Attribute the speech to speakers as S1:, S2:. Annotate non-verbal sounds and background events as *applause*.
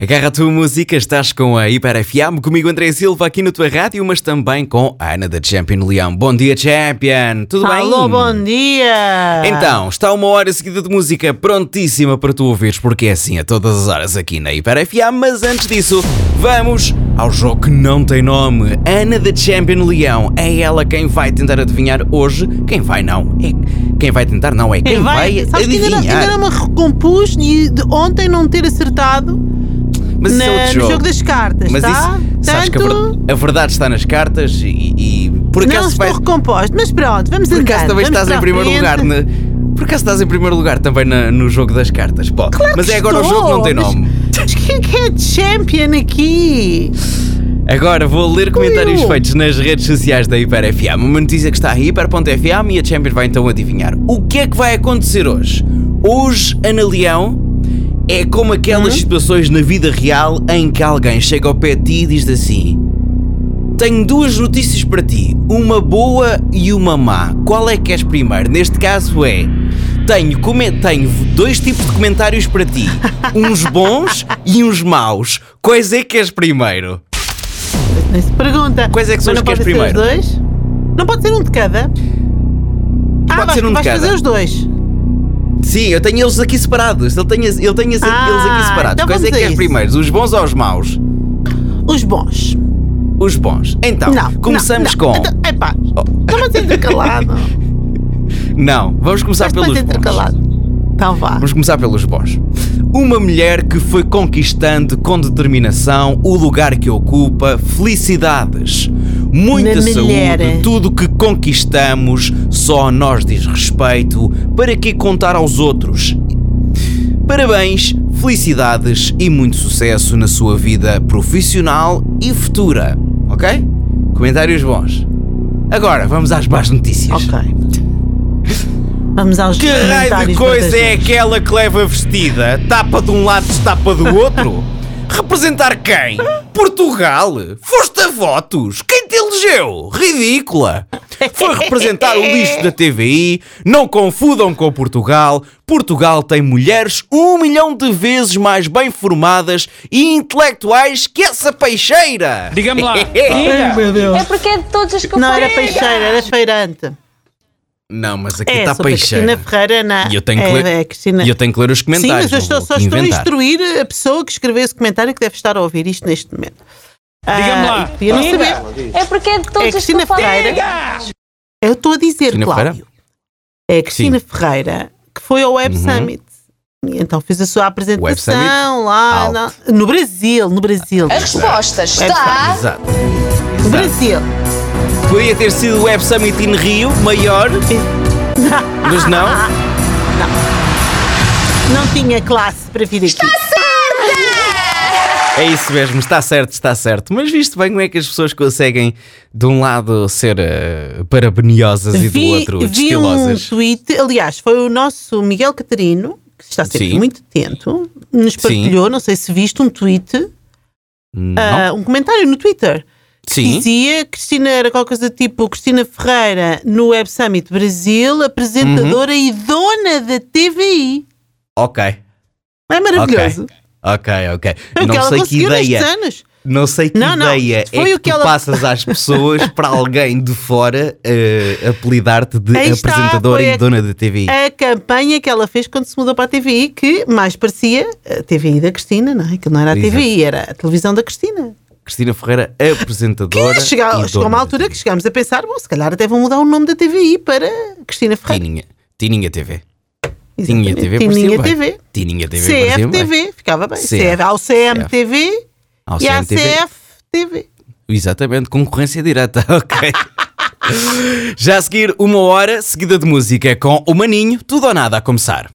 S1: Agarra a tua música, estás com a Hiper FM, comigo André Silva aqui na tua rádio, mas também com a Ana da Champion Leão. Bom dia, Champion! Tudo bem?
S2: Alô, bom dia!
S1: Então, está uma hora seguida de música prontíssima para tu ouvires, porque é assim a todas as horas aqui na Hiper FM, mas antes disso, vamos ao jogo que não tem nome. Ana da Champion Leão, é ela quem vai tentar adivinhar hoje, quem vai não, é quem vai tentar não, é quem,
S2: Quem
S1: vai,
S2: sabes que ainda,
S1: adivinhar.
S2: não- ainda não me recompus e de ontem não ter acertado
S1: mas isso
S2: na-
S1: é outro
S2: no jogo das cartas,
S1: Mas
S2: tá?
S1: isso, sabes que a,
S2: Tanto,
S1: ver- a verdade está nas cartas e, e por
S2: não
S1: acaso
S2: estou
S1: vai-
S2: recomposto, mas pronto, vamos
S1: por
S2: andando.
S1: acaso também
S2: vamos
S1: estás
S2: para
S1: em
S2: a
S1: primeiro
S2: frente.
S1: lugar na- por acaso estás em primeiro lugar também na- no jogo das cartas. Bom, mas
S2: que
S1: é agora o
S2: estou,
S1: jogo que não tem
S2: mas-
S1: nome.
S2: Mas quem é que é champion aqui?
S1: Agora vou ler comentários
S2: eu.
S1: feitos nas redes sociais da Hiper FM. Uma notícia que está a hiper.fm e a Champions vai então adivinhar. O que é que vai acontecer hoje? Hoje, Ana Leão é como aquelas situações na vida real em que alguém chega ao pé de ti e diz assim: Tenho duas notícias para ti, uma boa e uma má. Qual é que és primeiro? Neste caso é. Tenho, come- tenho dois tipos de comentários para ti: uns bons e uns maus. Quais é que és primeiro?
S2: Nem se pergunta.
S1: Quais é que são
S2: Mas
S1: os
S2: não
S1: que
S2: podem
S1: queres
S2: ser os dois? Não pode ser um de cada? ah,
S1: Pode
S2: vais,
S1: ser um de
S2: vais
S1: cada.
S2: fazer os dois.
S1: Sim, eu tenho eles aqui separados. Ele tem, ele tem eles
S2: Ah,
S1: aqui separados.
S2: então
S1: Quais
S2: vamos
S1: é que
S2: a
S1: és
S2: isso.
S1: primeiros? Os bons ou os maus?
S2: Os bons.
S1: Os bons. Então,
S2: não.
S1: começamos
S2: não, não.
S1: com.
S2: Então, Epá, estava a
S1: *laughs*
S2: ser intercalado.
S1: Não, vamos começar
S2: Estava a
S1: pelos
S2: ser
S1: bons.
S2: intercalado. Então vá.
S1: Vamos começar pelos bons. Uma mulher que foi conquistando com determinação o lugar que ocupa, felicidades. Muita
S2: Uma
S1: saúde,
S2: mulher.
S1: tudo que conquistamos só a nós diz respeito. Para que contar aos outros? Parabéns, felicidades e muito sucesso na sua vida profissional e futura. Ok? Comentários bons. Agora vamos às más notícias.
S2: Ok. Vamos aos
S1: Que raio de
S2: comentários
S1: coisa é
S2: vantajosos.
S1: aquela que leva vestida? Tapa de um lado, tapa do outro? Representar quem? Portugal? Foste a votos? Quem te elegeu? Ridícula! Foi representar o lixo da TVI. Não confundam com Portugal. Portugal tem mulheres um milhão de vezes mais bem formadas e intelectuais que essa peixeira.
S3: Diga-me lá.
S2: Ai, meu Deus.
S4: É porque é de todas as que eu
S2: Não era
S4: falei.
S2: peixeira, era feirante.
S1: Não, mas aqui
S2: É,
S1: está
S2: sobre a Cristina
S1: tá peixeira.
S2: Ferreira na.
S1: E eu tenho que
S2: é,
S1: ler-
S2: é, Cristina.
S1: E eu tenho que ler os
S2: Sim,
S1: comentários.
S2: mas eu
S1: não
S2: estou,
S1: vou
S2: só
S1: aqui
S2: estou a
S1: inventar.
S2: instruir a pessoa que escreveu esse comentário que deve estar a ouvir isto neste momento.
S3: Diga-me
S2: Ah,
S3: lá.
S2: e Podia não saber.
S4: É porque é de
S2: É
S4: todas as que
S2: Cristina
S4: eu falei.
S2: Ferreira. Eu estou a dizer,
S1: Cristina
S2: Cláudio.
S1: Ferreira?
S2: É a Cristina Ferreira que foi ao
S1: Uhum.
S2: Web Summit. E então fez a sua apresentação lá
S1: Alto.
S2: na- no Brasil, no Brasil.
S4: A
S2: É
S4: resposta está.
S1: Exato.
S2: No Brasil.
S1: Podia ter sido o Web Summit in Rio,
S2: *laughs*
S1: maior, mas não.
S2: Não tinha classe para vir aqui.
S1: É isso mesmo, está certo, está certo. Mas visto bem como é que as pessoas conseguem, de um lado, ser eh, parabeniosas e do outro,
S2: vi um
S1: destilosas.
S2: tweet, aliás, foi o nosso Miguel Catarino, que está sempre
S1: Sim.
S2: muito atento, nos partilhou, não sei se viste, um tweet,
S1: Não?
S2: ah, um comentário no Twitter.
S1: Sim.
S2: Dizia Cristina, era qualquer coisa tipo Cristina Ferreira no Web Summit Brasil, apresentadora e dona da TVI.
S1: Ok.
S2: Não é maravilhoso?
S1: Ok, ok.
S2: Foi o que
S1: Não
S2: ela
S1: sei que
S2: conseguiu nestes
S1: ideia.
S2: anos.
S1: Não sei que
S2: Não, não,
S1: ideia
S2: foi
S1: é
S2: o
S1: que,
S2: que
S1: tu
S2: ela-
S1: passas às pessoas para alguém de fora eh, apelidar-te de
S2: Aí está,
S1: apresentadora
S2: foi
S1: e
S2: a- É.
S1: dona da TV.
S2: A campanha que ela fez quando se mudou para a TVI, que mais parecia a TVI da Cristina, não é? Que não era a
S1: Exato.
S2: TVI, era a televisão da Cristina.
S1: Cristina Ferreira, apresentadora.
S2: E chega-
S1: e
S2: chegou
S1: dona
S2: uma
S1: da
S2: altura que chegámos a pensar, bom, se calhar até vão mudar o nome da TVI para Cristina Ferreira.
S1: Tininha. Tininha TV. Tininha
S2: Exatamente.
S1: TV.
S2: Tininha
S1: parecia bem.
S2: TV.
S1: Tininha TV. parecia bem.
S2: CFTV, ficava bem.
S1: CF.
S2: CF, ao CMTV
S1: Ao
S2: e à
S1: CMTV.
S2: CFTV.
S1: Exatamente, concorrência direta, *laughs* ok. Já a seguir, uma hora seguida de música com o Maninho, tudo ou nada a começar.